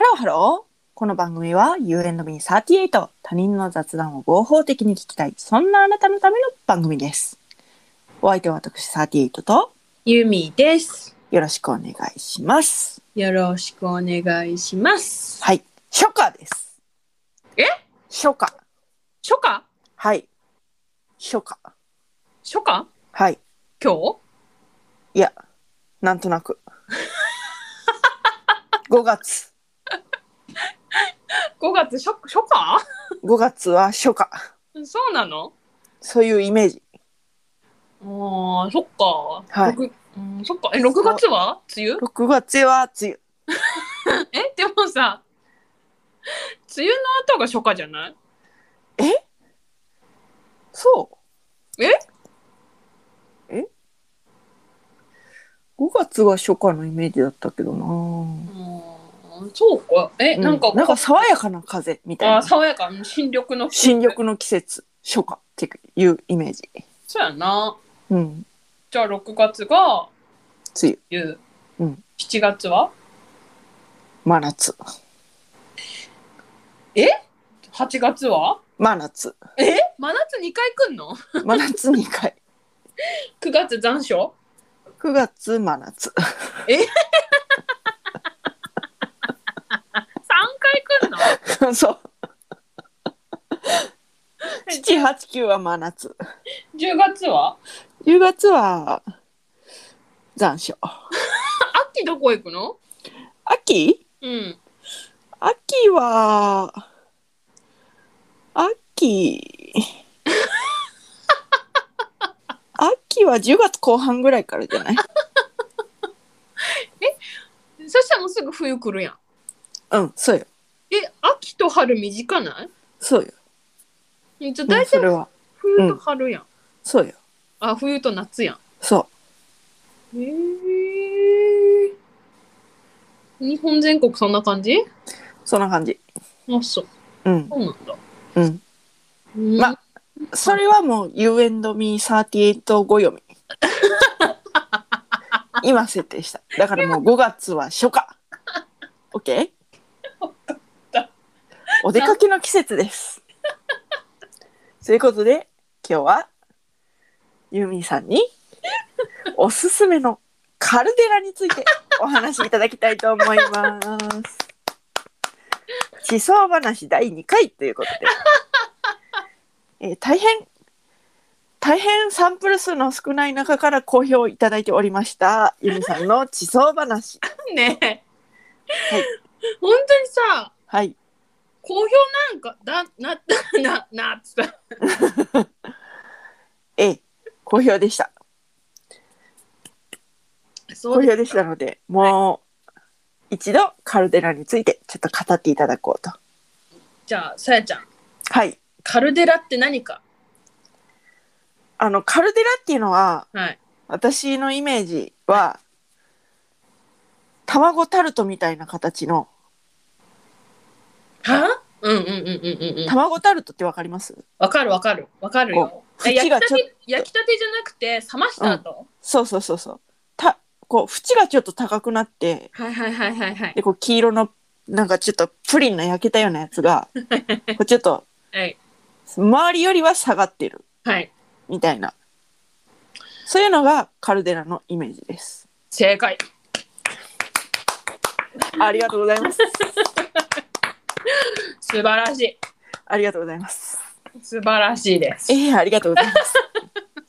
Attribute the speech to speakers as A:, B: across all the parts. A: ローハロー。この番組は You and me38 他人の雑談を合法的に聞きたいそんなあなたのための番組です。お相手は私38と
B: ゆみです。
A: よろしくお願いします。
B: よろしくお願いします。
A: はい、初夏です。
B: え
A: 初夏。
B: 初夏
A: はい。初夏。
B: 初夏
A: はい。
B: 今日
A: いや、なんとなく。5月。
B: ?5 月初初夏
A: 5月は初夏。
B: そうなの
A: そういうイメージ。
B: ああ、そっか。
A: はい
B: 六うん、そっか。え、6月は梅雨
A: 6月は梅雨。
B: え、でもさ、梅雨の後が初夏じゃない
A: そう
B: え
A: え ?5 月が初夏のイメージだったけどなぁ
B: うん、そうか。え、
A: うん
B: なんか、
A: なんか爽やかな風みた
B: あ
A: い
B: ー
A: な。
B: 爽やか。うん新緑の。
A: 新。緑の季節、初夏っていうイメージ。
B: そうやな。
A: うん。
B: じゃあ6月が
A: 梅雨、
B: 梅雨。
A: うん
B: 7月は
A: 真夏。
B: ?8 月は
A: 真夏。
B: え真夏2回来んの
A: 真夏2回。
B: ?9 月残暑
A: 9月真夏。
B: ?3 回来んの
A: そう。七八九は真夏。
B: ?10 月は
A: 10月は残暑。
B: 秋どこ行くの
A: 秋
B: うん。
A: 秋は秋 秋は10月後半ぐらいからじゃない
B: そしたらもうすぐ冬来るやん。
A: うん、そうよ。
B: え、秋と春短ない
A: そうよ。
B: えじゃあ
A: うん
B: 大
A: そ
B: 体
A: れは。
B: 冬と春やん。
A: そうよ。
B: あ、冬と夏やん。
A: そ
B: へえ。日本全国そんな感じ
A: う。そんな感じ。
B: あ、そう。
A: うん。
B: そうなんだ。
A: うん。
B: うん
A: まそれはもう You and me38 ご読み。今設定した。だからもう5月は初夏。OK?
B: た
A: お出かけの季節です。ということで今日はユーミンさんにおすすめのカルデラについてお話しいただきたいと思います。地層話第2回ということで。えー大変大変サンプル数の少ない中から好評いただいておりましたゆみさんの地層話
B: ねえ
A: はい。
B: 本当にさ、
A: はい
B: 好評なんかだな ななっつった
A: ええ好評でした
B: そ
A: 好
B: うです
A: 評でしたのでもう一度カルデラについてちょっと語っていただこうと
B: じゃあさやちゃん
A: はい
B: カルデラって何か
A: あのカルデラっていうのは
B: はい
A: 私のイメージは卵タルトみたいな形の
B: はうんうんうんうんうんうん
A: 卵タルトってわかります
B: わかるわかるわかるよえ
A: 縁
B: 焼
A: が
B: き
A: ち
B: た
A: ょって
B: 焼きたてじゃなくて冷ました後、
A: そうそうそうそうたこう縁がちょっと高くなって
B: はいはいはいはいはい
A: でこう黄色のなんかちょっとプリンの焼けたようなやつ がこうちょっと
B: はい
A: 周りよりは下がってる
B: はい
A: みたいなそういうのがカルデラのイメージです
B: 正解
A: ありがとうございます
B: 素晴らしい
A: ありがとうございます
B: 素晴らしいです
A: ええありがとうございます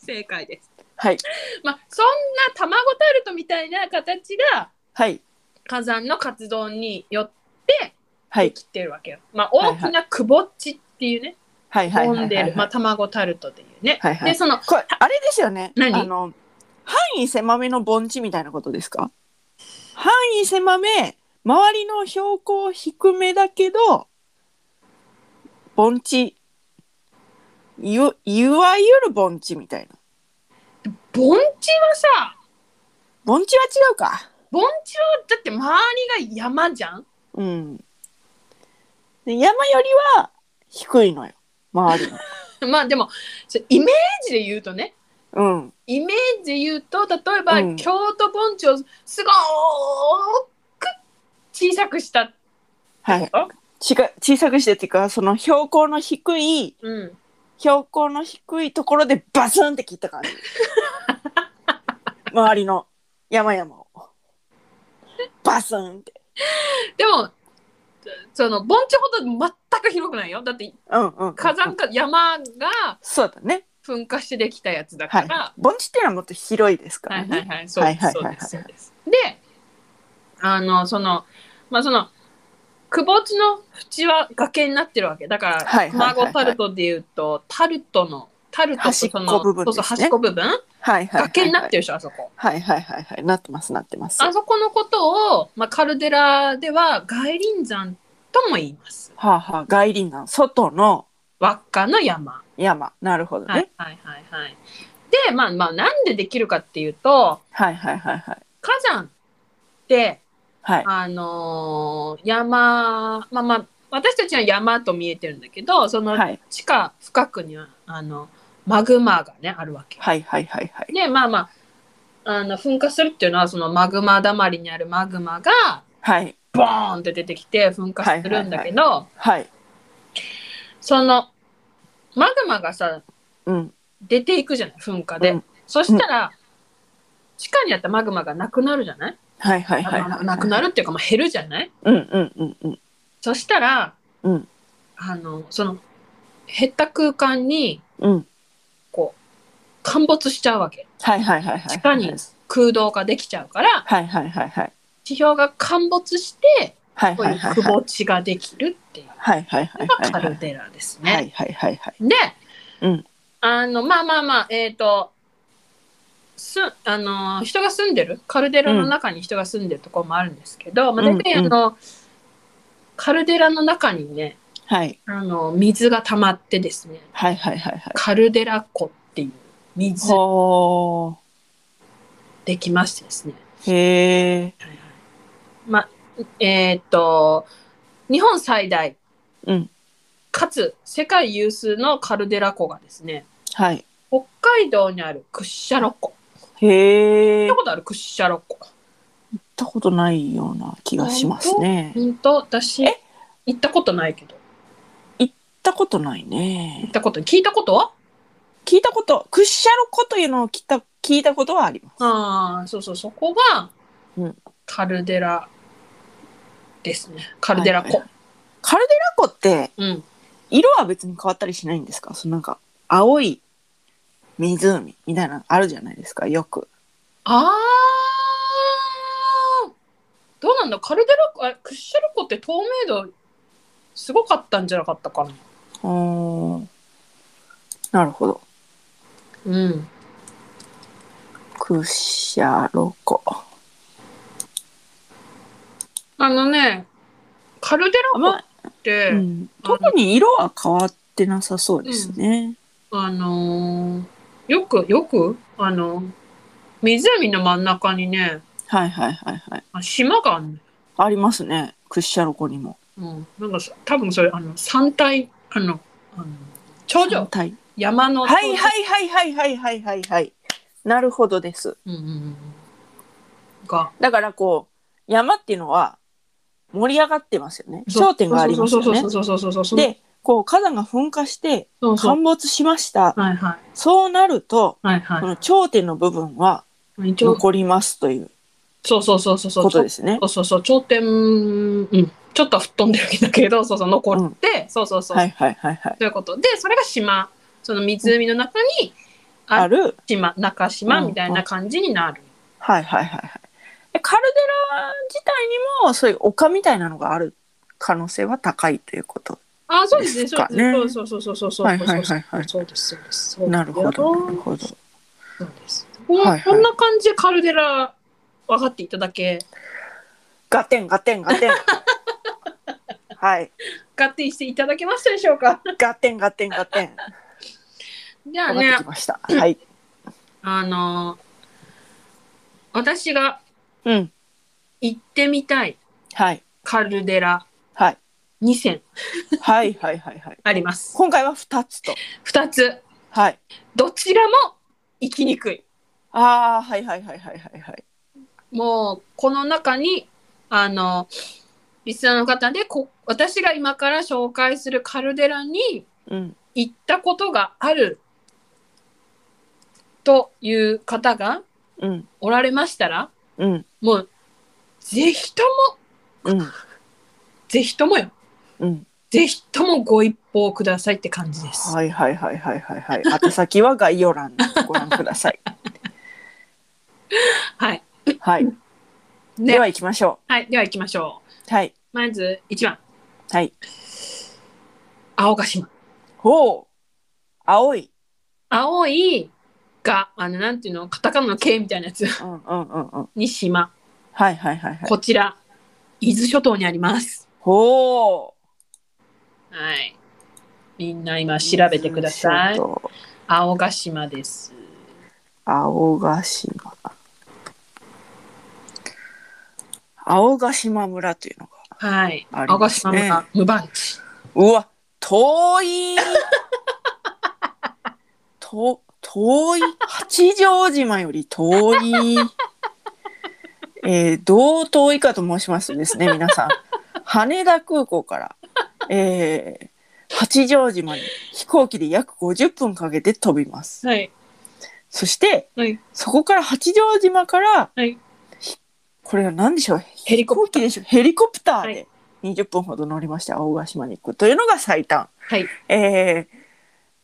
B: 正解です
A: はい
B: まあそんな卵タルトみたいな形が
A: はい
B: 火山の活動によって
A: は
B: で
A: い
B: きてるわけよ、まあ大きなくぼっちっていうね、
A: はいはいはい
B: 飛ん
A: は
B: で
A: い
B: る、まあ、卵タルトっていうね。
A: はいはい
B: で、その、
A: これあれですよね
B: 何
A: あの範囲狭めの盆地みたいなことですか範囲狭め周りの標高低めだけど盆地ゆいわゆる盆地みたいな
B: 盆地はさ、
A: 盆地は違うか
B: 盆地はだって周りが山じゃん
A: うんで山よりは低いのよ周りの
B: まあでも、そうイメージで言うとね、
A: うん
B: イメージで言うと、例えば、
A: うん
B: 京都盆地をすごーく小さくした
A: はい。ちが小さくしてっていうか、その標高の低い、
B: うん。
A: 標高の低いところでバスンって切った感じ。 周りの山々を。バスンって。
B: でも、その盆地ほど全く広くないよ。だって
A: うんうんうん、うん。
B: 火山か山が
A: そうだね。
B: 噴火してできたやつだ
A: は
B: か
A: い
B: ら、。
A: 盆地っていうのはもっと広いですか
B: は
A: ら
B: いはい
A: ね。
B: はい、そうです、
A: はい
B: そう
A: はいはいは
B: で
A: い
B: す、そうです。で、あの、その、まあその、窪地の縁は崖になってるわけ。だから、
A: はいはいはいはい
B: マーゴタルトで言うと、タルトの、タルトとその、
A: 端っこ部分
B: そうそ
A: で
B: う、
A: すね
B: 端っこ部分、
A: はいはい。
B: 崖になって
A: る。
B: るでしょ、あそこ。
A: はいはいはいはい。なってますなってます。は
B: あそこのことを、まあ、カルデラでは外輪山とも言います。
A: あはあ。外輪山、外の
B: 輪っかの山。
A: 山。なるほどね。
B: はいはいはいはい。で、まあまあ、なんでできるかっていうと、
A: はいはいはいはい。
B: 火山って、
A: はい。
B: あのー山、まあまあ、私たちは山と見えてるんだけど、その
A: はい
B: 地下深くには、あの、マグマがね、あるわけ。
A: はいはいはいはい。
B: で、まあまあ、あの、噴火するっていうのは、そのマグマだまりにあるマグマが、
A: はい。
B: ボーンって出てきて噴火するんだけど、
A: はい。
B: その、マグマがさ、
A: うん。
B: 出ていくじゃない、噴火で。
A: うん
B: そしたら、地下にあったマグマがなくなるじゃない、
A: はいはいはい
B: あ
A: は
B: の
A: い。
B: なくなるっていうか、まあ、減るじゃない
A: うんうんうんうん。
B: そしたら、
A: うん
B: あのその減った空間に
A: うん。
B: こう陥没しちゃうわけ
A: はいはいはいはい。
B: 地下に空洞ができちゃうから
A: はいはいはいはい。
B: 地表が陥没して
A: はい
B: こう
A: はいいうはい。
B: 窪地ができるっていう
A: はいはいはい
B: のがカ
A: はい。
B: ルデラですね。
A: はいはいはいはい。
B: で、
A: うん
B: あのまあまあまあえっ、とすあの人が住んでるカルデラの中に人が住んでるところもあるんですけど、まあ、大体あ
A: うんうん
B: の、カルデラの中にね
A: はい
B: あの水が溜まってですね
A: はいはいはいはい。
B: カルデラ湖っていう水
A: ほ
B: できましてですね、
A: ー。へー。
B: まあえーっと日本最大、
A: うん
B: かつ世界有数のカルデラ湖がですね
A: はい。
B: 北海道にあるクッシャロ湖
A: へー。
B: 見
A: 行
B: た
A: っ
B: ことあるクッシャロ湖
A: たことないような気がしますね。行っ
B: 本当私
A: え
B: 行ったことないけど
A: たことない
B: 行っ
A: ね。
B: たこと聞いたことは
A: 聞いたこと、クッシャロコというのを聞いた聞いたことはあります。
B: ああそうそうそこが
A: うん
B: カルデラですねカルデラ湖、
A: はいカルデラ湖って
B: うん
A: 色は別に変わったりしないんですかそのなんか青い湖みたいなのあるじゃないですかよく。
B: あーどうなんだカルデラ湖あクッシャル湖って透明度すごかったんじゃなかったかな
A: おーなるほど。
B: うん
A: クッシャロコ。
B: あのねカルデラ湖って、あ
A: うん、特に色は変わってなさそうですね。
B: のーよくよくあのー湖の真ん中にね
A: はいはいはいはい。
B: あ島がある
A: ありますね。クッシャロコにも。
B: の、うん、なんかさ多分それあの山体あのあの頂上
A: はい
B: 山の頂上
A: はいはいはいはいはいはいはい。なるほどです。
B: うんうんうんが
A: だからこう山っていうのは盛り上がってますよね。頂点がありますよね
B: そ。うそうそうそうそうそうそう
A: でこう火山が噴火して
B: そうそう
A: 陥没しました。
B: はいはい
A: そうなると
B: はい
A: こ
B: は。
A: の頂点の部分はい
B: 一応、
A: 残りますという
B: そうそうそうそうそう。
A: ことですね
B: そ。うそうそう、頂点、うん、ちょっと吹っ飛んでるけど、そうそう、残って、そうそうそう、
A: はいはいはいはい。
B: ということで、それが島、その湖の中に、
A: ある
B: 島、中島
A: うん
B: みたいな感じになる。
A: はいはいはいはい。でカルデラ自体にもそういう丘みたいなのがある可能性は高いということ。
B: あ、そうですね、
A: です
B: そう
A: か
B: ですね
A: ね。
B: そうそうそうそうそう。
A: はいはいはいはい
B: そうです、そうです。そうです
A: なるほどなるほど。
B: そうです。こん
A: はいはい
B: こんな感じでカルデラ、分かっていただけ、
A: ガテンガテンガテン。 はい。
B: 合点していただけましたでしょうか。
A: ガテンガテンガテン。
B: じゃあ
A: 分
B: ね
A: かってき、ました。はい。
B: あの私が
A: うん。
B: 行ってみたい
A: はい。
B: カルデラ
A: はい。
B: 2選
A: はいはいはいはい。
B: あります。
A: 今回は二つと。
B: 2つ、
A: はい。
B: どちらも行きにくい。
A: ああ、はいはいはいはいはいはい。
B: もう、この中に、あの、リスナーの方でこ私が今から紹介するカルデラに
A: うん。
B: 行ったことがあるという方が
A: うん。
B: おられましたら
A: うん。
B: もうぜひとも
A: うん。
B: ぜひともよ
A: うん。
B: ぜひともご一報くださいって感じです。
A: はいはいはいはいはいはい。宛先は概要欄でご覧ください。
B: はい。
A: はい。
B: ね
A: では行きましょ
B: はい、では行きましょう。
A: う。はい。
B: まず1番、
A: はい。
B: 青ヶ島。
A: ほう。青い。
B: 青いが、あの、なんていうの、カタカナの K みたいなやつ
A: うんうんうんうん。
B: に島。
A: はいはいはいはい。
B: こちら、伊豆諸島にあります。
A: ほう。
B: はい。みんな今調べてください。青ヶ島です。
A: 青ヶ島。青ヶ島村というのが。
B: はい。
A: ありますね
B: 青ヶ島村、無番地。
A: うわ、遠い。と、遠い。八丈島より遠い。えー、どう遠いかと申しますとですね、皆さん。羽田空港から、えー、八丈島に飛行機で約50分かけて飛びます。
B: はい。
A: そして、
B: はい。
A: そこから八丈島から、
B: はい
A: これは何でしょう
B: ヘリコプ
A: 飛行機でしょヘリコプタ
B: は
A: ー
B: い
A: で20分ほど乗りまして青ヶ島に行くというのが最短。
B: はい。
A: えー、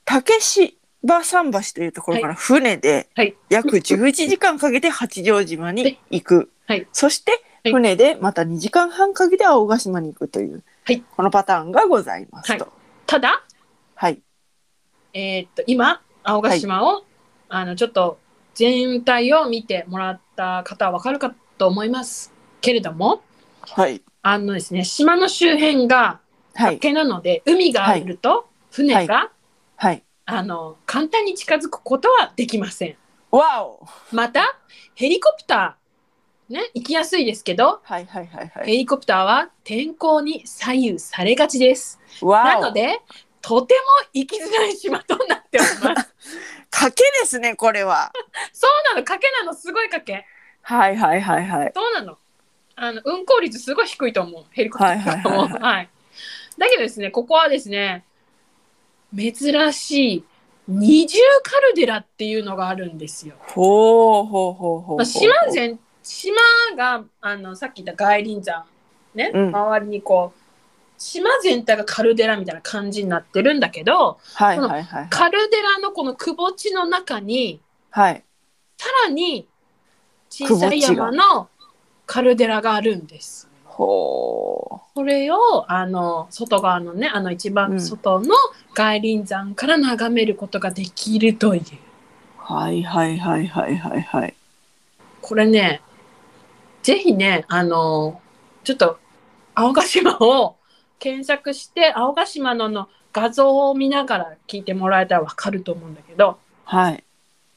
A: 竹芝桟橋というところから船で
B: はい
A: 約11時間かけて八丈島に行く、
B: はい
A: そして
B: はい
A: 船でまた2時間半かけて青ヶ島に行くという、
B: はい
A: このパターンがございますと。
B: ただ、
A: はい、
B: えーっと、今、青ヶ島を、あの、ちょっと、全体を見てもらった方はわかるかと思いますけれども、
A: はい、
B: あのですね、島の周辺が
A: はい、
B: 崖なので、海があると船が、
A: はい。
B: あの簡単に近づくことはできません。
A: わお
B: またヘリコプターね行きやすいですけど、
A: はいはいはいは
B: ヘ
A: い。
B: リコプターは天候に左右されがちです。
A: わ
B: な
A: お
B: のでとても行きづらい島となっており ます。
A: 賭けですね、これは。
B: そうなの賭けなのすごい賭け。
A: はいはいはいはい。
B: そうなの。あの運航率すごい低いと思うヘリコプターも。
A: はは
B: はい
A: いはい
B: いだけどですねここはですね珍しい二重カルデラっていうのがあるんですよ。
A: ほうほうほうほうほう。
B: まあ、島全島があのさっき言った外輪山ね、
A: うん
B: 周りにこう島全体がカルデラみたいな感じになってるんだけど
A: はいはいはい。
B: カルデラのこの窪地の中に
A: はい。
B: さらに小さい山のカルデラがあるんです。
A: ほ
B: これをあの外側のねあの一番外の外輪山から眺めることができるという
A: う。はいはいはいはいはいはい。
B: これねぜひねあのちょっと青ヶ島を検索して青ヶ島のの画像を見ながら聞いてもらえたらわかると思うんだけど
A: はい。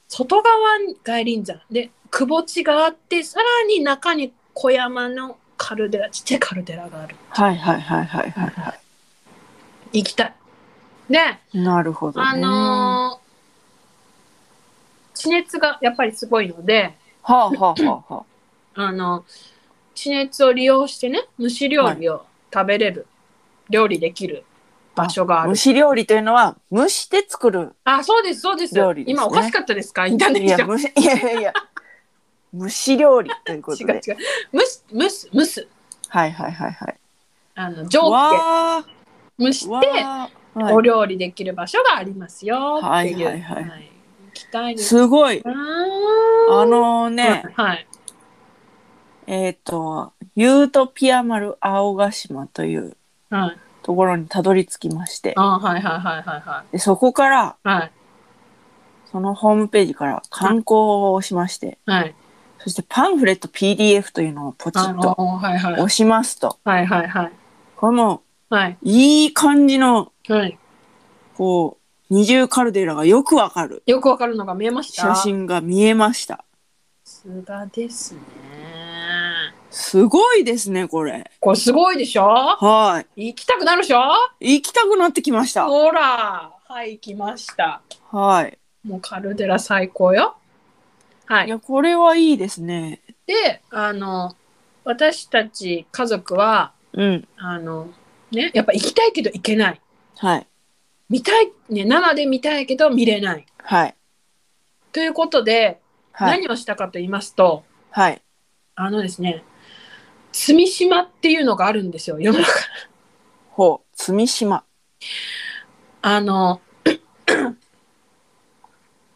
B: 外側に外輪山で窪地があってさらに中に小山のカルデラちっちゃいカルデラがある
A: はいはいはいはいはいは
B: 行きたい。ね
A: い。なるほどね。
B: あのー地熱がやっぱりすごいので、
A: はあはあはあは
B: あの地熱を利用してね蒸し料理を食べれる、料理できる場所が
A: あ。
B: ある
A: 蒸し料理というのは蒸して作る。
B: あそうですそうです
A: 料理ですね
B: 今おかしかったですかインターネ
A: い
B: ッ
A: や
B: ト
A: 蒸し いやいやいや。蒸し料理ということ
B: 違
A: で
B: う。違う蒸す蒸す蒸す
A: はいはいはいはい。
B: あの蒸気
A: わあ。
B: で蒸し
A: わ
B: て
A: あ。
B: お
A: は
B: 料理できる場所がありますよっていう、
A: はいはいはい
B: 行きたい
A: い。
B: です
A: すごい。
B: あー
A: あのね、
B: はい
A: えっと、ユートピア丸青ヶ島という
B: はい
A: ところにたどり着きまして、
B: あーはいはいはいはいは
A: でそこから、
B: いはい
A: そのホームページから観光をしまして、
B: はい
A: そしてパンフレット PDF というのをポチ
B: あ
A: ッ
B: の
A: と
B: ーはいはい
A: 押しますと、
B: はいはいはい。
A: これも
B: はい。
A: いい感じの、
B: はい。
A: こう、二重カルデラがよくわかる
B: よくわかるのが見えました。
A: 写真が見えました。
B: さすがですね。
A: すごいですね、これ。
B: これすごいでしょ
A: は
B: 行きたくなるでしょ
A: い。行きたくなってきました。
B: ほら。はい、来ました。
A: はい。
B: もうカルデラ最高よ。はいい。
A: や、これはいいですね。
B: で、あの、私たち家族は、
A: うん。
B: あの、ね、やっぱ行きたいけど行けない。
A: はい。
B: 見たい、ね、生で見たいけど見れない。
A: はい。
B: ということで、
A: はい。
B: 何をしたかと言いますと、
A: はい。
B: あのですね、住島っていうのがあるんですよ、世の中。
A: ほう。積島。
B: あの、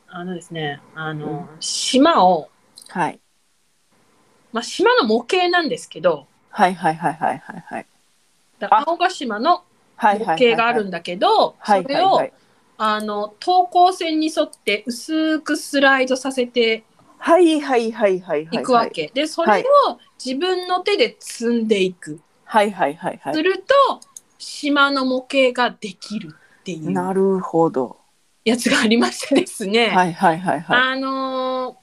B: あのですね、あの、島を、
A: はい。
B: まあ、島の模型なんですけど、
A: はいはいはいはいはいはい。
B: だから
A: あ
B: 青ヶ島の
A: は
B: 模
A: いはいはい。
B: 型があるんだけど、
A: は
B: そ
A: いは
B: れ
A: い
B: を
A: はい。
B: あの等高線に沿って薄くスライドさせて
A: はいはいはいはいはい。
B: いくわ。け、でそれを自分の手で積んでいく、
A: はいはいはいは
B: す
A: い。
B: ると島の模型ができるってい
A: な
B: う
A: るほど。
B: やつがありましてですね、
A: はいはいはいはい。
B: あのー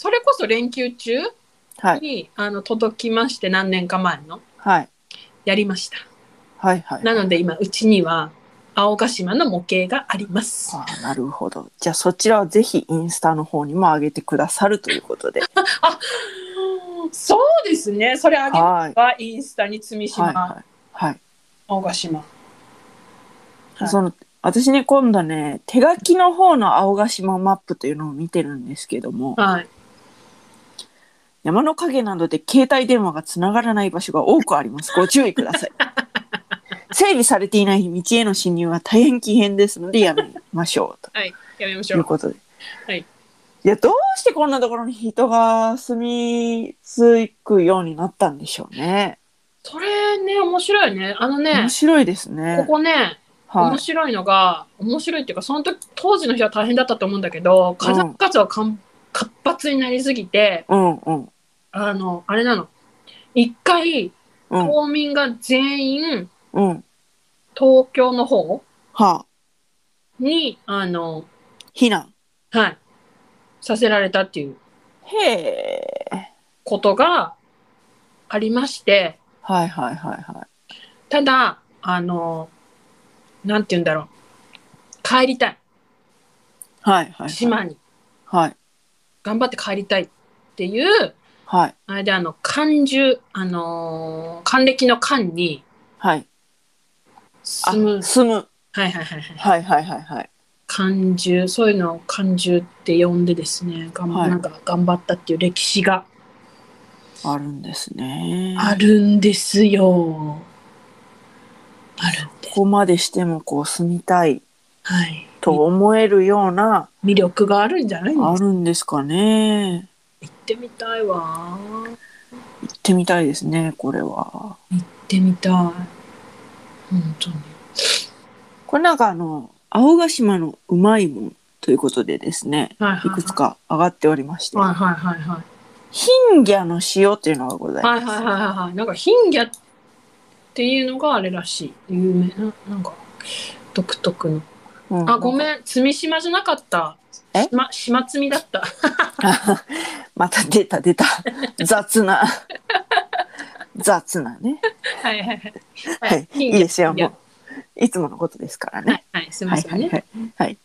B: それこそ連休中
A: はい
B: にあの届きまして何年か前の
A: はい
B: やりました
A: はいはい。
B: なので今うちには青ヶ島の模型があります
A: あーなるほど。じゃあそちらはぜひインスタの方にも上げてくださるということ で。
B: そうですねそれあげれ
A: はい。
B: ばインスタに積み島、
A: はいはい。はい。
B: 青ヶ島はい
A: その私ね今度ね手書きの方の青ヶ島マップというのを見てるんですけども、
B: はい
A: 山の陰などで携帯電話がつながらない場所が多くあります。ご注意くだ さい。整備されていない道への侵入は大変危険ですのでやめましょうと。
B: やめまし
A: と
B: ょ
A: いう
B: う
A: ことで。
B: はい。
A: いや、どうしてこんなところに人が住み着くようになったんでしょうね。
B: それね面白いねあのね
A: 面白いですね
B: こ。こね、
A: は
B: 面
A: い。
B: 白いのが面白いっていうかその時当時の人は大変だったと思うんだけど火山活動がかん活発になりすぎて
A: うんうん。
B: あのあれなの一回
A: うん
B: 島民が全員
A: うん。
B: 東京の方
A: はあ。
B: にあの
A: 避難。
B: はいさせられたっていう
A: へえ。
B: ことがありまして
A: はいはいはいはい。
B: ただあのなんて言うんだろう帰り
A: は
B: た
A: いはい、はい。
B: い島に
A: はい
B: 頑張って帰りたいっていう
A: はい
B: あれであの漢字あのー還暦の漢に
A: はい。あ
B: 住む
A: 住む。
B: はいはいはいはい
A: はいはいはいはい。
B: 漢字そういうのを漢字って呼んでですね頑張、
A: はい
B: なんか頑張ったっていう歴史が
A: あるんですね。
B: あるんですよ。あるんで
A: ここまでしてもこう住みたい
B: はい
A: と思えるような、
B: 魅力があるんじゃないの
A: あ
B: 行
A: るんですかね。
B: ってみたいわ行っ
A: 行ってみたいですね、これは。
B: てみたい本当に
A: これなんかあの、青ヶ島のうまいもんということでですね、
B: はいはい
A: い
B: は
A: く
B: い
A: つか上がっておりまして、
B: はいはいはいはい
A: 貧魚の塩っていうのがござい
B: はい
A: ます。
B: はいはいはいはい。なんか貧ギャっていうのがあれらしい。有名な、なんか独特の。
A: うん
B: あ、ご
A: ん。
B: めん。積み島じゃなかった。
A: え
B: 島、島積みだった。
A: また出た出た。雑な。雑なね。
B: はいはいはい。
A: はい。い
B: 貧
A: い
B: ギャ
A: ですよ、
B: 貧
A: も
B: ギ
A: う。いつものことですから
B: ャは
A: ね。
B: いはい。すみま
A: はい
B: せ
A: は
B: ん
A: い
B: ね。
A: はい。はい。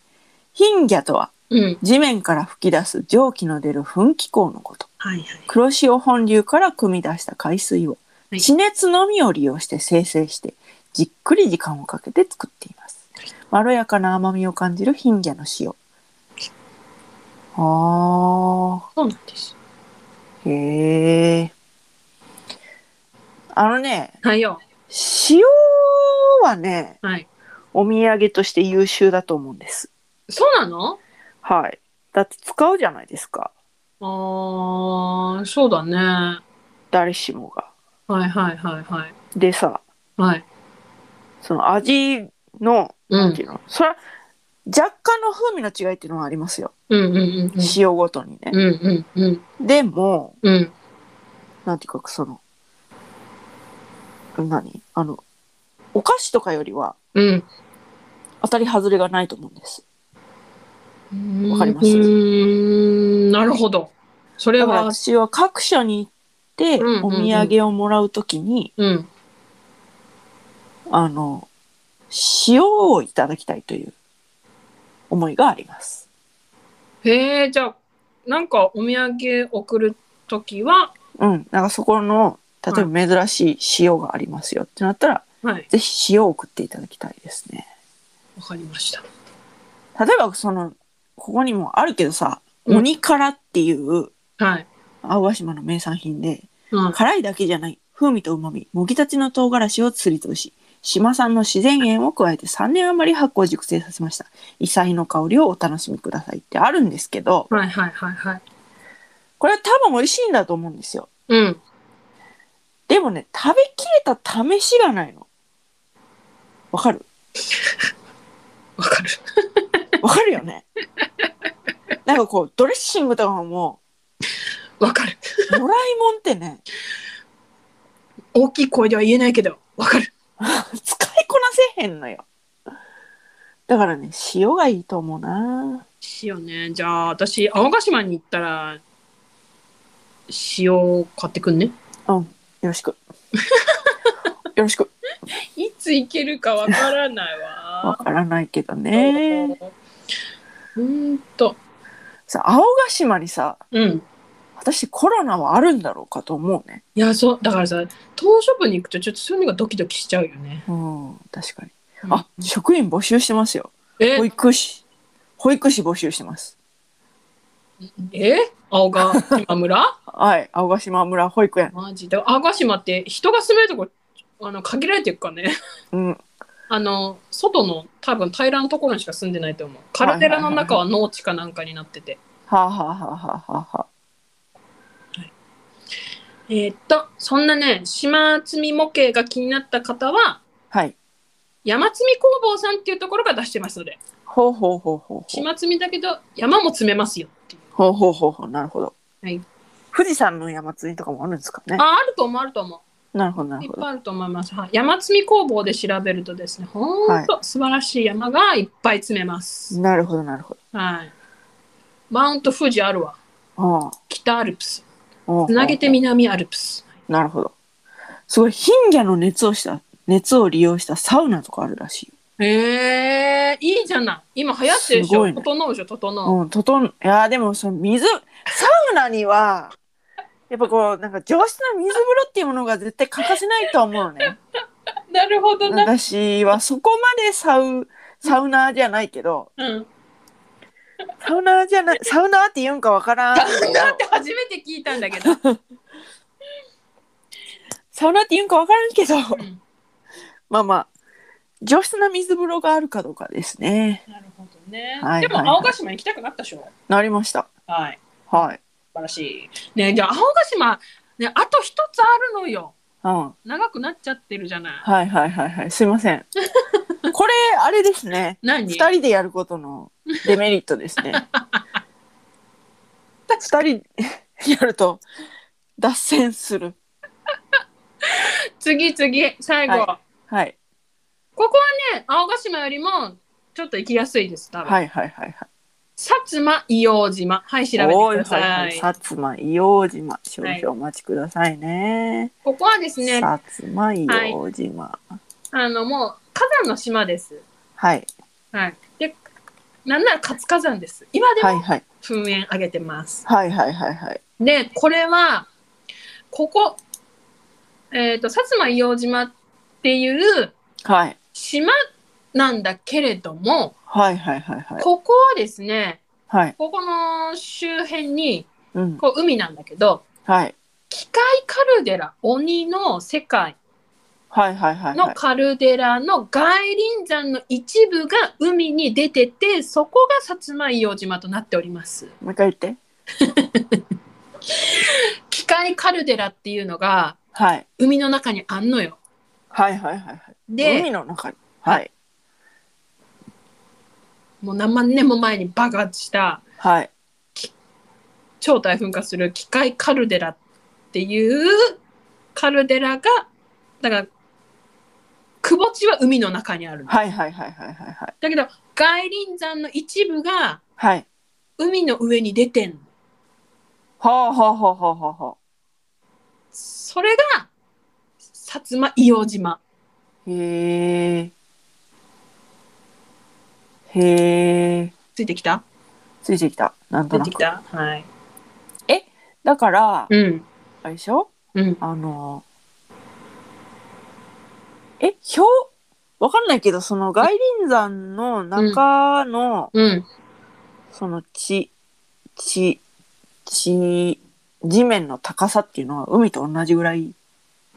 A: 貧魚とは、
B: うん。
A: 地面から吹き出す蒸気の出る噴気孔のこと。
B: はいはい。
A: 黒潮本流から汲み出した海水を
B: はい
A: 地熱のみを利用して生成してじっくり時間をかけて作っていますまろやかな甘みを感じる貧魚の塩あ
B: そうなんです。
A: ーへえあのね
B: はいよ。
A: 塩はね
B: はい。
A: お土産として優秀だと思うんです
B: そうなの
A: はいだって使うじゃないですか
B: あー、そうだね。は
A: 誰しもが
B: いはいはいはい。
A: でさ
B: はい。
A: その味の
B: う
A: なんて
B: ん。
A: いうの、それは若干の風味の違いっていうのはありますよ、
B: うんうんうんうん。
A: 塩ごとにね
B: う、んうんうん。
A: でも
B: うん。
A: なんていうかその何あのお菓子とかよりは
B: うん。
A: 当たり外れがないと思うんです
B: わ
A: わかります
B: うーん、なるほど。それ
A: だから
B: は、
A: 私は各所に行って
B: うんうん
A: お
B: うん
A: 土産をもらうときに、
B: うん。
A: あの塩をいただきたいという思いがあります
B: へえ、じゃあ、なんかお土産送るときは、
A: うんなんかそこの例えば珍しい塩がありますよってなったら、
B: はい、
A: ぜひ塩を送っていただきたいですね。
B: わかりました。
A: 例えばその、ここにもあるけどさ、
B: うん
A: 鬼辛っていう
B: はい。
A: 青ヶ島の名産品で、
B: うん、
A: 辛いだけじゃない風味とうまみもぎたちの唐辛子をすり通し島産の自然塩を加えて3年余り発酵熟成させました異彩の香りをお楽しみくださいってあるんですけど
B: はいはいはいはい。
A: これは多分美味しいんだと思うんですよ
B: うん。
A: でもね食べきれた試しがないのわかる
B: わかる。
A: わかるよ ねなんかこうドレッシングとかも
B: わかる。
A: もらいもんってね
B: 大きい声では言えないけど、わかる。
A: 使いこなせへんのよだからね塩がいいと思うな
B: 塩ね。じゃあ、私、青ヶ島に行ったら、塩買ってくんね。
A: よ ろしく。よろしく。
B: いつ行けるかわからない
A: わ
B: わ。
A: からないけどね。
B: うーんと。
A: さ、青ヶ島にさ、
B: うん。
A: 私コロナはあるんだろうかと思うね。
B: いや、そう、だからさ、島しょ部に行くと、ちょっとそういうのがドキドキしちゃうよね。
A: うん、確かに。あ
B: あ、、
A: 職員募集してますよ。
B: え
A: 保、育士。保育士募集してます。
B: え青ヶ島村
A: はい、青ヶ島村保育園。
B: マジで。青ヶ島って人が住めるとこ、あの、限られてるからね。
A: うん、
B: あの、外の多分平らなところにしか住んでないと思う。カルデラの中は農地かなんかになってて。
A: はあ、はあはあはあはあは
B: えーっと、そんなね、島積み模型が気になった方は、
A: あ。はい。
B: 山積み工房さんっていうところが出してますので、
A: ほうほうほうほうほう。
B: 島積みだけど山も積めますよっていう。
A: ほうほうほうほう、なるほど。
B: はい。
A: 富士山の山積みとかもあるんですかね。
B: あ、あると思う、あると思う。
A: なるほど、なる
B: いっ
A: ほど
B: ぱ。いあると思います。はい、山積み工房で調べるとですね、ほんと素晴らしい山がいっぱい積めます。
A: なるほど、なるほど。
B: はい。マウント富士あるわ。
A: あ
B: 北アルプス。
A: あ。
B: つなげて
A: み
B: 南アルプス。
A: なるほど。すごい、貧乏の熱をした、熱を利用したサウナとかあるらしいよ。
B: へえいいじゃない。今流行ってるでし
A: すご
B: ょ。
A: いね
B: 整うでしょ、整う。
A: うん、ととん、いやー、でも、その水、サウナには、やっぱこう、なんか上質な水風呂っていうものが絶対欠かせないと思うね。
B: なるほどな。
A: 私はそこまでサウ、サウナーじゃないけど、
B: うん。
A: サウナーじゃない、サウナーって言うんかわからん
B: だっ
A: け ど。
B: て初めて聞いたんだけど。
A: サウナーって言うんかわからんけど、
B: うん
A: まあまあ、上質な水風呂があるかどうかですね。
B: なるほどね
A: はい。
B: でも
A: はい
B: 青ヶ島行きたくなったでしょ。
A: なりました。
B: はい。
A: はい。
B: 素晴らしい。ねじゃあ青ヶ島、ね、あと一つあるのよ。
A: うん。
B: 長くなっちゃってるじゃない。
A: はいはいはいはい。すいませ ん。これ、あれですね。
B: 何
A: 二人でやることのデメリットですね。二人やると脱線する。
B: 次次、最後。
A: ははい。
B: ここはね、青ヶ島よりもちょっと行きやすいです、多分。
A: はいはいはいは
B: 薩摩硫黄島。はい、調
A: い。
B: べてくだ
A: はは
B: さ。
A: はい薩摩硫黄島。少々お待ちくださいね。
B: ここはですね、
A: 薩摩硫黄島。
B: あの、もう火山の島です。
A: はい。
B: はい。で、なんなら活火山です。今で
A: はい
B: も
A: はい。
B: 噴煙上げてます。
A: はいはいはいはい。
B: で、これは、ここ、えっ、と、薩摩硫黄島っていう
A: はい。
B: 島なんだけれども、
A: はいはいはいはい。
B: ここはですね、
A: はい。
B: ここの周辺に、
A: うん。
B: こう海なんだけど、
A: はい。
B: 機械カルデラ、鬼の世界
A: はいはいはいは
B: の
A: い。
B: カルデラの外輪山の一部が海に出てて、そこが薩摩硫黄島となっております。
A: もう一回言って。
B: 機械カルデラっていうのが
A: はい。
B: 海の中にあんのよ。
A: はいはいはいはい。海
B: で、
A: の中に。はい。
B: もう何万年も前に爆発した
A: はい。
B: 超大噴火する機械カルデラっていうカルデラが、だから、窪地は海の中にあるの。
A: はいはいはいはいはいはい。
B: だけど、外輪山の一部が
A: はい。
B: 海の上に出てんの。
A: ほうほうほうほうほうほ
B: それが、薩摩硫黄島。
A: う。へえ。へえ。
B: ついてきた
A: ついてきた。なん
B: つ
A: と
B: い
A: な
B: てき
A: く。
B: たはい。
A: だから、
B: うん。
A: あれでしょ
B: うん。
A: あの、え、氷わかんないけど、その外輪山の中の、
B: うん。
A: その地、地、地、地面の高さっていうのは海と同じぐらい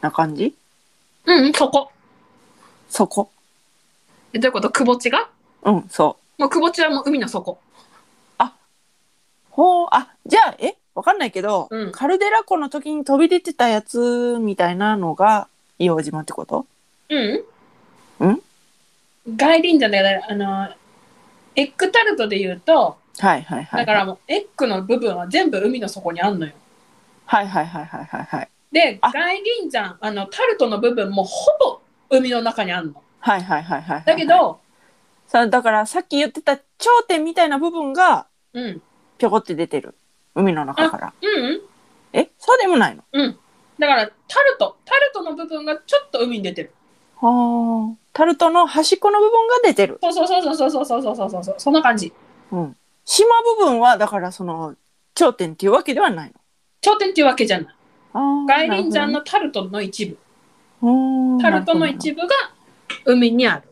A: な感じ
B: うん、そこ。
A: そこ。
B: え、どういうこと窪地が
A: うん、そう。
B: もう窪地はもう海の底。
A: ほう、あ、じゃあ、え、わかんないけど、
B: うん
A: カルデラ湖の時に飛び出てたやつみたいなのが硫黄島ってこと
B: うん。
A: ん
B: 外輪山だから、あの、エッグタルトで言うと、
A: はいはいはい。
B: だからもう、エッグの部分は全部海の底にあんのよ。
A: はいはいはいはいはいはい。
B: で、
A: あ
B: 外輪山、あの、タルトの部分もほぼ海の中にあんの。
A: はいはいはいはいはい。
B: だけど、
A: さ、だからさっき言ってた頂点みたいな部分が
B: うん、
A: ぴょこって出てる。海の中から。
B: うん、うん。
A: え、そうでもないの
B: だから、タルト、タルトの部分がちょっと海に出てる。
A: はあ。タルトの端っこの部分が出てる。
B: そうそうそうそうそうそうそうそうそうそう、そんな感じ。
A: うん。島部分は、だからその、頂点っていうわけではない
B: 頂点っていうわけじゃない。
A: の。ああ。
B: 外輪山のタルトの一部、
A: の
B: タルトの一部が海にある。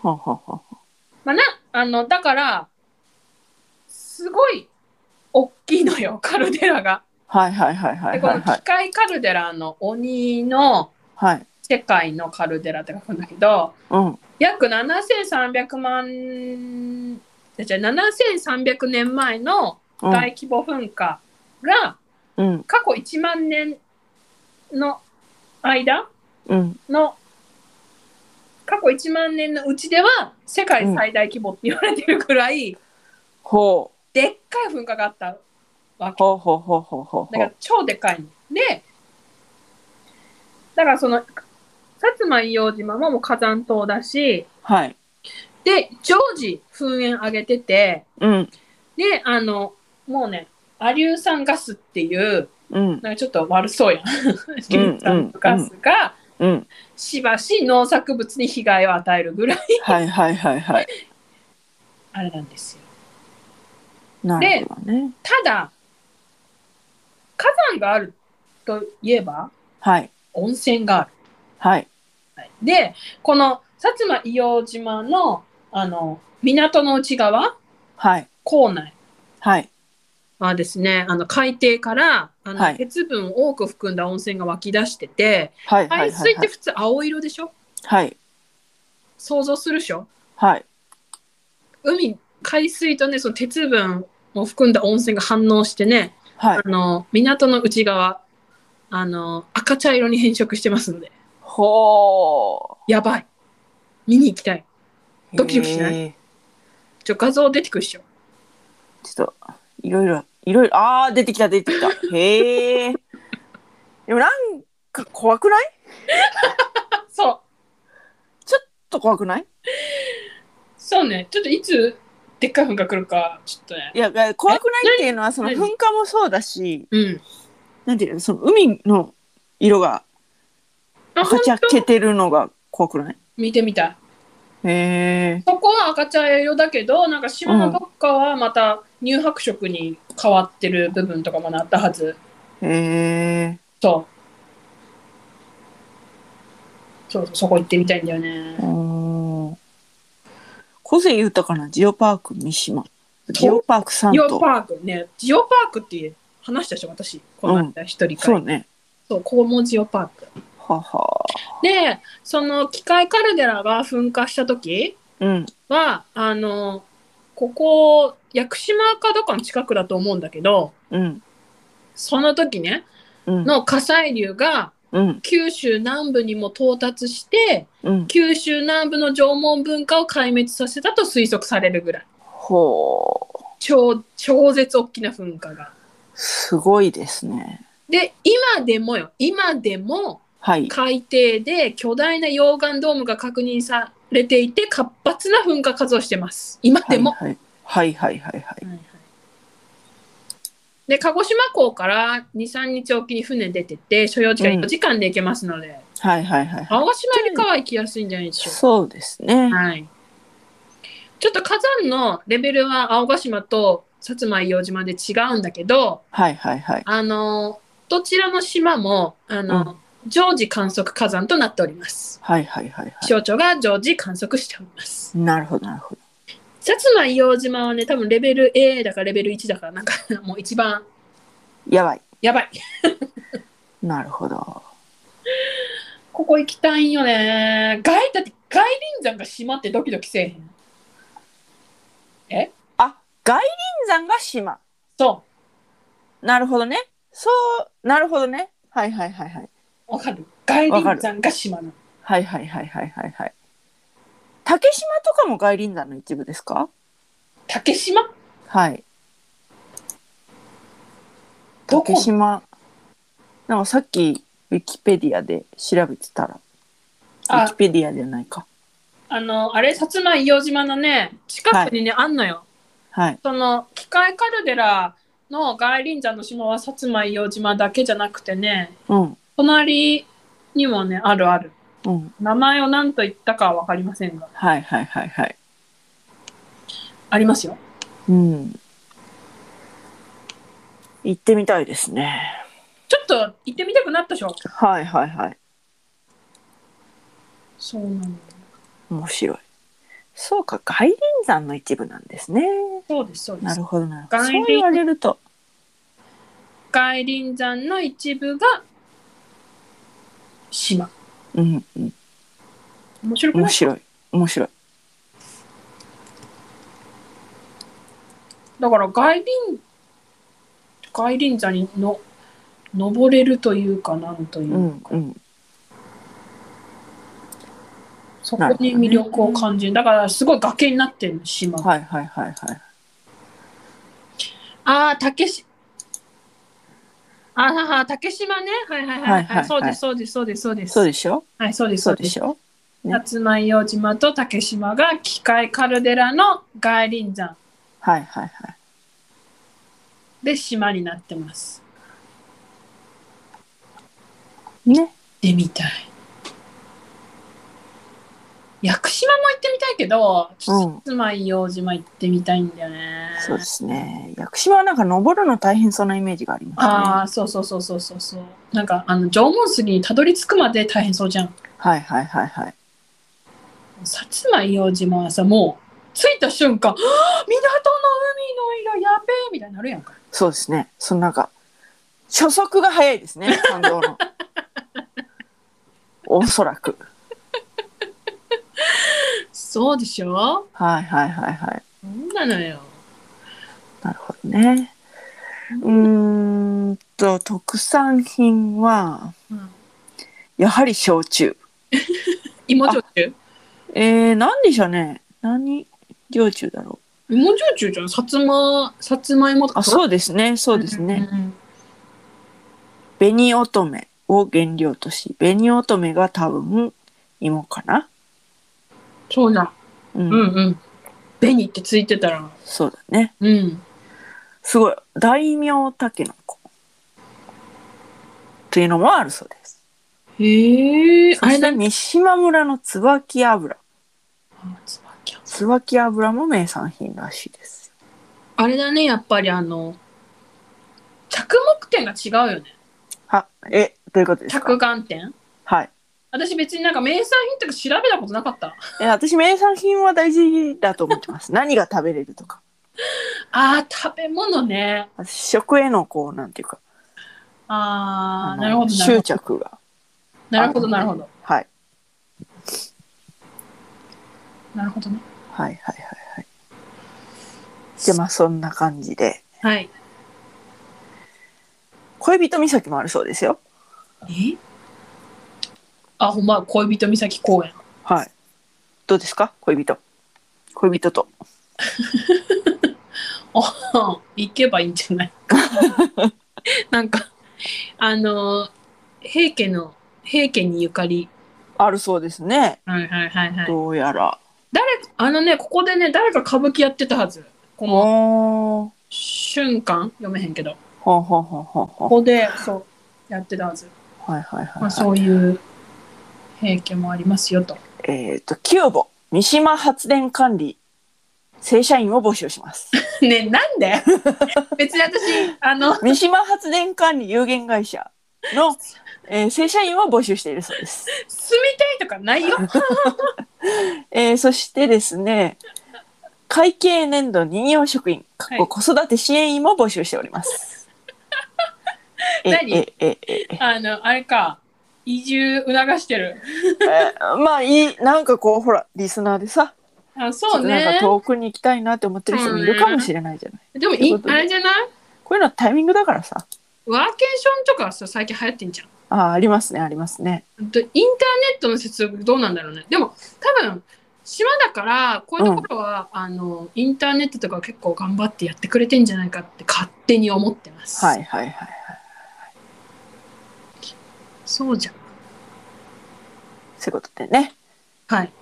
A: 部。はあはあはあ
B: まあ、な、あの、だから、すごい大きいのよ、 カルデラが。
A: はいはいはいは
B: で、
A: い
B: こ
A: はい
B: の
A: は
B: 機
A: い。
B: 械カルデラの鬼の
A: はい。
B: 世界のカルデラって書くんだけど、
A: うん。
B: 約7300万、じゃあ7300年前の
A: うん
B: 大規模噴火が
A: うん。
B: 過去1万年の間
A: うん。
B: の過去1万年のうちでは世界最大規模って言われてるくらい、
A: ほう。
B: でっかい噴火があったわけ
A: ほうほうほうほうほう
B: だか
A: ほ
B: ら超でっかいの。でだからその薩摩硫黄島ももう火山島だ
A: う。
B: し
A: はい。
B: で常時噴煙上げてて
A: うん。
B: であのもうねアリュー酸ガスっていう
A: うん。
B: なんかちょっと悪そうやん。 硫酸ガスが
A: うん。
B: しばし農作物に被害を与えるぐらい
A: はいはいはいはい。
B: あれなんですよ。
A: なるほどね。
B: ただ火山があるといえば
A: はい。
B: 温泉がある。
A: はい。
B: はいでこの薩摩硫黄島のあの港の内側
A: はい。
B: 港内
A: はい。
B: はですねあの海底からあの、
A: はい
B: 鉄分を多く含んだ温泉が湧き出してて
A: はい。はい。
B: 海
A: は
B: 水
A: い
B: って普通青色でしょ、
A: はい。
B: 想像するでしょ
A: はい。
B: 海海水とねその鉄分を含んだ温泉が反応してね、
A: はい。
B: あの港の内側あの赤茶色に変色してますので
A: ほ。
B: やばい見に行きたいうドキドキしない
A: へー
B: ちょ画像出てくるっしょ
A: ちょっと、いろいろ、いろいろ、あー、出てきた、出てきた。へえ。でもなんか怖くない
B: あそう
A: ちょっと怖くない
B: そうねちょっといつでっかい噴火来るかちょっとね
A: いや、が怖くないっていうのは、その
B: 何
A: 噴火もそうだし、
B: うん
A: なんていうの、その海の色が、
B: あ
A: 赤ちゃ
B: 本
A: けてるのが怖くない
B: 当見てみたい
A: へえ。
B: そこは赤茶色だけどなんか島のどっかはまた乳白色に変わってる部分とかもなったはず
A: へえ。
B: そうそうそうそこ行ってみたいんだよね
A: おー個性豊かなジオパーク三島。ジオパーク三
B: ジオ
A: 島。
B: パークね、ジオパークって話したでしょ、私、この間一人会、
A: そうね。
B: そう、ここもジオパーク。
A: はは。
B: で、その機械カルデラが噴火した時
A: うん。
B: は、あの、ここ、屋久島かどっかの近くだと思うんだけど、
A: うん。
B: その時ね、
A: うん。
B: の火砕流が
A: うん。
B: 九州南部にも到達して、
A: うん。
B: 九州南部の縄文文化を壊滅させたと推測されるぐらい。
A: ほう。
B: 超、超絶大きな噴火が。
A: すごいですね。
B: で、今でもよ、今でも、
A: はい。
B: 海底で巨大な溶岩ドームが確認されていて活発な噴火活動をしてます今でも、
A: はいはいはいはいはい。
B: で鹿児島港から23日おきに船出てて所要時間
A: うん
B: 4時間で行けますので、
A: はいはいはいはい。
B: 青ヶ島よりかは行きやすいんじゃないでしょう
A: そうですね
B: か、。はい、ちょっと火山のレベルは青ヶ島と薩摩硫黄島で違うんだけど
A: はいはいはい。
B: あのどちらの島もあの、常時観測火山となっております。
A: はいはいはいは
B: 気象庁が常時観測しております。
A: い。なるほどなるほど。
B: 薩摩硫黄島はね、多分レベル A だかレベル1だから、なん かもう一番
A: やばい。
B: やばい。
A: なるほど。
B: ここ行きたいんよね。外だって外輪山が閉まってドキドキせえへん。
A: あ、外輪山が島。
B: そ
A: なるほどね。そう、なるほどね。はいはいはいはい。
B: う、わかる。外輪山が閉まる。
A: はいはいはいはいはいはい。竹島とかも外輪山の一部ですか
B: 竹島
A: はい。
B: どこ
A: 竹島。なんかさっき、ウィキペディアで調べてたら。ウィ
B: あ
A: キ、ペディアじゃないか。
B: あの、あれ、薩摩硫黄島のね、近くにね、あんのよ。
A: はい。
B: その、機械カルデラの外輪山の島は薩摩硫黄島だけじゃなくてね、
A: うん。
B: 隣にもね、あるある。
A: うん。
B: 名前を何と言ったかはわかりませんが、
A: はいはいはいはい。
B: ありますよ。
A: うん。行ってみたいですね。
B: ちょっと行ってみたくなったでしょ
A: はいはいはい。
B: そうなの。
A: 面白い。そうか、外輪山の一部なんですね。
B: そうです、そうで
A: な
B: す。
A: るほどなるほど。
B: 外
A: そ
B: 輪
A: う言われると。
B: 外輪山の一部が島。
A: うんうん。
B: 面白くな
A: 面
B: い
A: 白い。面白い。
B: だから外輪外輪山にの登れるというかなんというう、
A: んうん。
B: そこに魅力を感じるだからすごい崖になってるの島、
A: はいはいはいはい。
B: ああ竹しああ竹島ねはいはいはい、は
A: はいいはいはい
B: そうですそうですそうですそうです
A: そうでしょ
B: はいそうです
A: そ
B: そう
A: う
B: で
A: ですしょね
B: 薩摩硫黄島と竹島が機械カルデラの外輪山
A: はいはいはい。
B: で島になってます
A: ね。
B: でみたい屋久島も行ってみたいけどちょっと
A: うん
B: 薩摩硫黄島行ってみたいんだよね、
A: そうですね。屋久島はなんか登るの大変そうなイメージがありますね。
B: ああそうそうそうそうそうそうなんかあの縄文杉にたどり着くまで大変そうじゃん
A: はいはいはいはい。
B: 薩摩硫黄島はさもう着いた瞬間はぁ「港の海の色やべえ」みたいになるやんか
A: そうですね。そのなんか、初速が早いですね。感動 の。おそらく。
B: そうでしょ
A: はいはいはいはい。
B: そうなのよ
A: なるほどね。うーんと、特産品は、
B: うん
A: やはり焼酎。
B: 芋焼酎
A: えー、なんでしょうね。何焼酎だろ
B: 芋焼酎じゃんさつまさつまいもと
A: う。あ、
B: う
A: そうですね。そうですね。紅乙女を原料とし紅乙女が多分芋かな、
B: そうだ
A: うん
B: うんうん紅ってついてたら
A: そうだね
B: うん
A: すごい大名たけのこというのもあるそうです
B: へえ
A: そ
B: あれ
A: して
B: だ
A: 三島村の椿油
B: あ椿
A: 椿油も名産品らしいです
B: あれだねやっぱりあの着目点が違うよね
A: はえどういうことです
B: 着
A: か
B: 眼点
A: はい
B: 私別になんか名産品とか調べたことなかった
A: え私名産品は大事だと思ってます 何が食べれるとか
B: あー食べ物ね
A: 食へのこうなんていうか
B: あ
A: あ
B: ー
A: の
B: なるほどな
A: 執
B: るほど
A: 着が
B: なるほどなるほど
A: はい
B: なるほどね
A: はいはいはいはい。じゃあまあそんな感じで。
B: はい
A: 恋人岬もあるそうですよ。
B: えあほんま恋人岬公園
A: はい。どうですか恋人。恋人と。
B: うん 行けばいいんじゃない かなんかあの平家の平家にゆかり
A: あるそうですね。
B: はいはいはいはい
A: どうやら。
B: 誰かあのねここでね誰か歌舞伎やってたはずこの
A: おー。
B: 瞬間読めへんけど
A: ほんほんほんほんほ
B: こ
A: ん。
B: こでそうやってたはず、
A: はいはいはい、
B: まあ、
A: は
B: そういう平家もありま すよと
A: い。えっ、と、キューボ、三島発電管理、正社員を募集し ます。
B: ねなんで 別に私あの
A: 三島発電管理有限会社のえー正社員は募集しているそうです。
B: 住みたいとかないよ。
A: えーそしてですね、会計年度任用職員、かっこ子育て支援員も募集しており ます。え
B: 何
A: ええええ
B: あの、あれか、移住促してる。
A: えーまあいい、なんかこう、ほら、リスナーでさ、
B: あ、そう
A: ちょっとなん
B: ね
A: か。遠くに行きたいなって思ってる人もいるかもしれないじゃない。
B: でも
A: という
B: い
A: こ、とで
B: あれじゃない
A: こういうのはタイミングだからさ。
B: ワーケーションとかさ、最近流行ってんじゃん。
A: ああ、ありますね、ありますね。
B: でインターネットの接続どうなんだろうね。でも、多分、島だから、こういうところは、あの、インターネットとか結構頑張ってやってくれてんじゃないかって勝手に思ってます。
A: はいはいはい。
B: そうじゃん。
A: そういうことでね。
B: はい。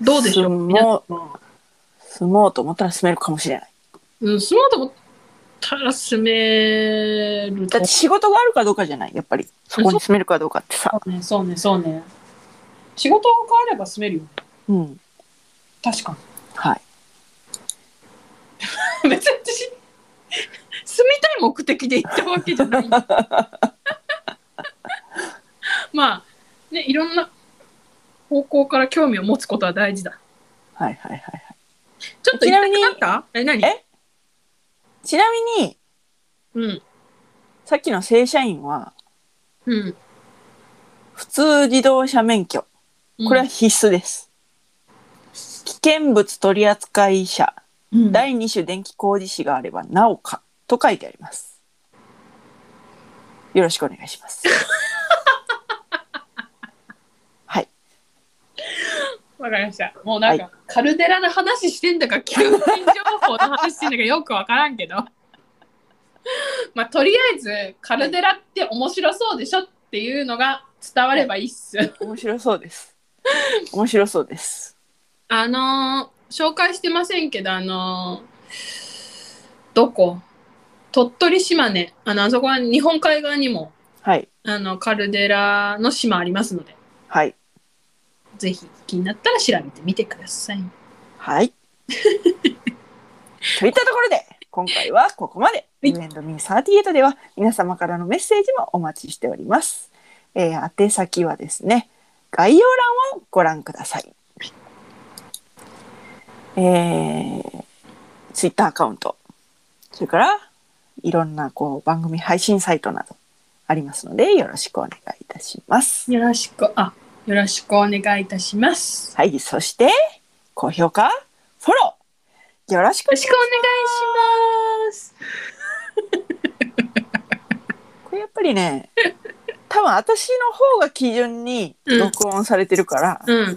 B: どうでしょう
A: 相撲
B: 皆さんは
A: 住もうと思ったら住めるかもしれない。
B: うん、スマート持ったら住める
A: だ
B: と
A: って仕事があるかどうかじゃない、やっぱり。そこに住めるかどうかってさ。
B: そうね、そうね、そうね。仕事が変われば住めるよね。
A: うん。
B: 確か
A: はい。
B: に。 別に私、住みたい目的で行ったわけじ ゃないんだ。まあ、ね、いろんな方向から興味を持つことは大事だ。
A: はいはいはいはい。
B: ちょっと
A: ちなみに
B: 行きたくなったえ、何
A: えちなみに、
B: うん。
A: さっきの正社員は、
B: うん。
A: 普通自動車免許。これは必須です。危険物取扱者、
B: うん、
A: 第2種電気工事士があればなおか、と書いてあります。よろしくお願いします。はい。
B: わかりました。もうなんか、カルデラの話してんだか、求人情報の話してんだか、よくわからんけど。 まあ、とりあえず、カルデラって面白そうでしょっていうのが伝わればいいっす。
A: 面白そうです。面白そうです。
B: あのー紹介してませんけど、あのーどこ鳥取、島根。あの、あそこは日本海側にも、
A: はい。
B: あの、カルデラの島ありますので、
A: はい。
B: ぜひ気になったら調べてみてください。
A: はい。といったところで、今回はここまで。
B: い
A: You and me38 では皆様からのメッセージもお待ちしております。えー宛先はですね、概要欄をご覧ください。えー、Twitter アカウント、それからいろんなこう番組配信サイトなどありますので、よろしくお願いいたします。
B: よろしく、あ、よろしくお願いいたします。
A: はい、そして、高評価、フォロー、よろしく
B: よろしくお願いします。
A: これやっぱりね多分私の方が基準に録音されてるから、
B: うん、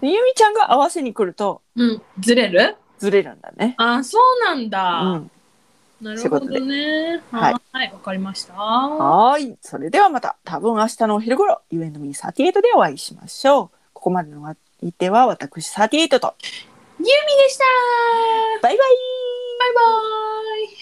A: でゆみちゃんが合わせに来ると
B: うん、ずれる。
A: ずれるんだね。
B: あ、そうなん
A: う
B: だ。
A: ん、
B: なるほどね。
A: はい
B: はーい、わかりました。は
A: はーいそれではまた多分明日のお昼頃 u n m 3 8でお会いしましょう。ここまでのお相手は私38と
B: いでした。
A: バイバイ
B: バイバイ。